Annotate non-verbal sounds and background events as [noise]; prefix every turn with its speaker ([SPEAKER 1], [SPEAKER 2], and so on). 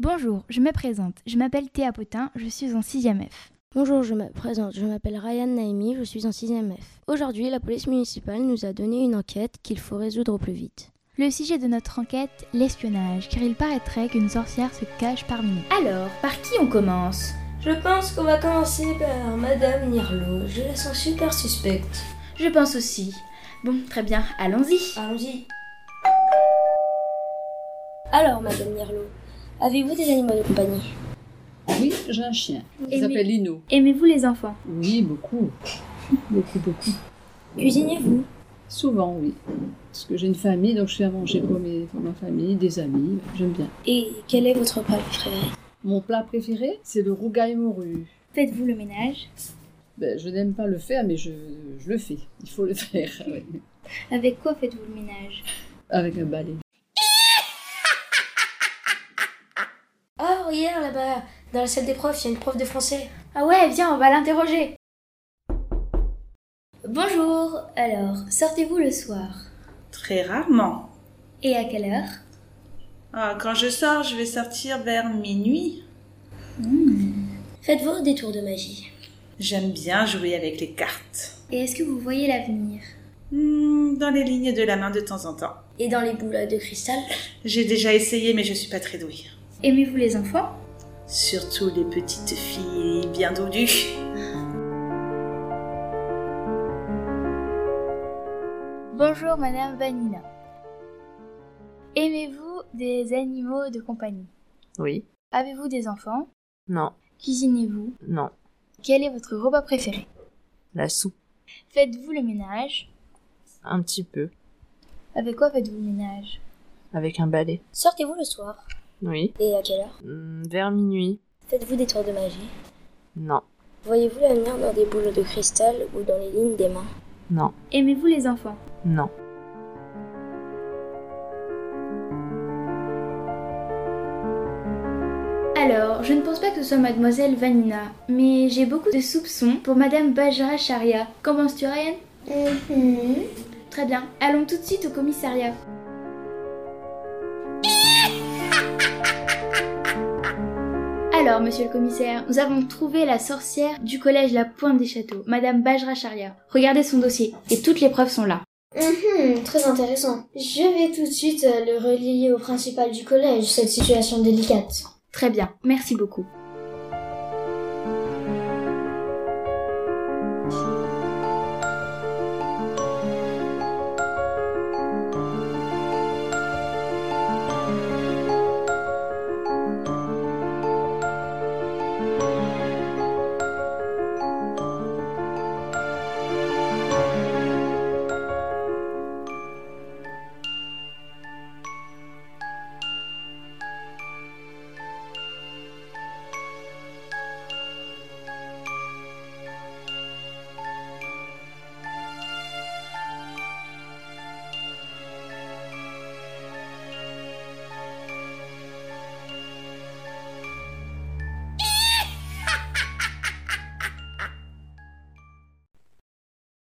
[SPEAKER 1] Bonjour, je me présente. Je m'appelle Théa Potin, je suis en 6e F.
[SPEAKER 2] Bonjour, je me présente. Je m'appelle Ryan Naimi, je suis en 6e F. Aujourd'hui, la police municipale nous a donné une enquête qu'il faut résoudre au plus vite.
[SPEAKER 1] Le sujet de notre enquête, l'espionnage, car il paraîtrait qu'une sorcière se cache parmi nous.
[SPEAKER 3] Alors, par qui on commence
[SPEAKER 4] Je pense qu'on va commencer par Madame Nirlo. Je la sens super suspecte.
[SPEAKER 3] Je pense aussi. Bon, très bien, allons-y.
[SPEAKER 4] Allons-y. Alors, Madame Nirlo, avez-vous des animaux de compagnie
[SPEAKER 5] Oui, j'ai un chien. Il
[SPEAKER 3] Et
[SPEAKER 5] s'appelle Lino.
[SPEAKER 3] Aimez-vous les enfants
[SPEAKER 5] Oui, beaucoup. Beaucoup, beaucoup.
[SPEAKER 4] Cuisinez-vous
[SPEAKER 5] Souvent, oui. Parce que j'ai une famille, donc je fais à manger pour, mes- pour ma famille, des amis. J'aime bien.
[SPEAKER 4] Et quel est votre plat préféré
[SPEAKER 5] Mon plat préféré, c'est le rougail morue.
[SPEAKER 3] Faites-vous le ménage
[SPEAKER 5] Ben, je n'aime pas le faire, mais je, je le fais. Il faut le [laughs] faire. ouais.
[SPEAKER 3] Avec quoi faites-vous le ménage
[SPEAKER 5] Avec un balai.
[SPEAKER 4] Oh, hier, là-bas, dans la salle des profs, il y a une prof de français.
[SPEAKER 3] Ah ouais, viens, on va l'interroger.
[SPEAKER 6] Bonjour, alors, sortez-vous le soir
[SPEAKER 7] Très rarement.
[SPEAKER 6] Et à quelle heure
[SPEAKER 7] Ah, quand je sors, je vais sortir vers minuit.
[SPEAKER 6] Faites-vous des tours de magie.
[SPEAKER 7] J'aime bien jouer avec les cartes.
[SPEAKER 6] Et est-ce que vous voyez l'avenir
[SPEAKER 7] Hmm, dans les lignes de la main de temps en temps.
[SPEAKER 6] Et dans les boules de cristal
[SPEAKER 7] J'ai déjà essayé, mais je suis pas très douée.
[SPEAKER 3] Aimez-vous les enfants
[SPEAKER 7] Surtout les petites filles bien doudues.
[SPEAKER 1] Bonjour Madame Vanina. Aimez-vous des animaux de compagnie
[SPEAKER 8] Oui.
[SPEAKER 1] Avez-vous des enfants
[SPEAKER 8] Non.
[SPEAKER 1] Cuisinez-vous
[SPEAKER 8] Non.
[SPEAKER 1] Quel est votre repas préféré
[SPEAKER 8] La soupe.
[SPEAKER 1] Faites-vous le ménage
[SPEAKER 8] Un petit peu.
[SPEAKER 1] Avec quoi faites-vous le ménage
[SPEAKER 8] Avec un balai.
[SPEAKER 6] Sortez-vous le soir
[SPEAKER 8] Oui.
[SPEAKER 6] Et à quelle heure
[SPEAKER 8] Hmm, vers minuit.
[SPEAKER 6] Faites-vous des tours de magie
[SPEAKER 8] Non.
[SPEAKER 6] Voyez-vous l'avenir dans des boules de cristal ou dans les lignes des mains
[SPEAKER 8] Non.
[SPEAKER 3] Aimez-vous les enfants
[SPEAKER 8] Non.
[SPEAKER 3] Alors, je ne pense pas que ce soit Mademoiselle Vanina, mais j'ai beaucoup de soupçons pour Madame Bajra Sharia. Qu'en penses-tu, Ryan
[SPEAKER 4] Mm-hmm.
[SPEAKER 3] Très bien, allons tout de suite
[SPEAKER 4] [laughs]
[SPEAKER 3] au commissariat. Alors, monsieur le commissaire, nous avons trouvé la sorcière du collège La Pointe des Châteaux, Madame Bajra Sharia. Regardez son dossier, et toutes les preuves sont là.
[SPEAKER 4] Mm-hmm, très intéressant. Je vais tout de euh, suite le relier au principal du collège, cette situation délicate.
[SPEAKER 3] Très bien, merci beaucoup.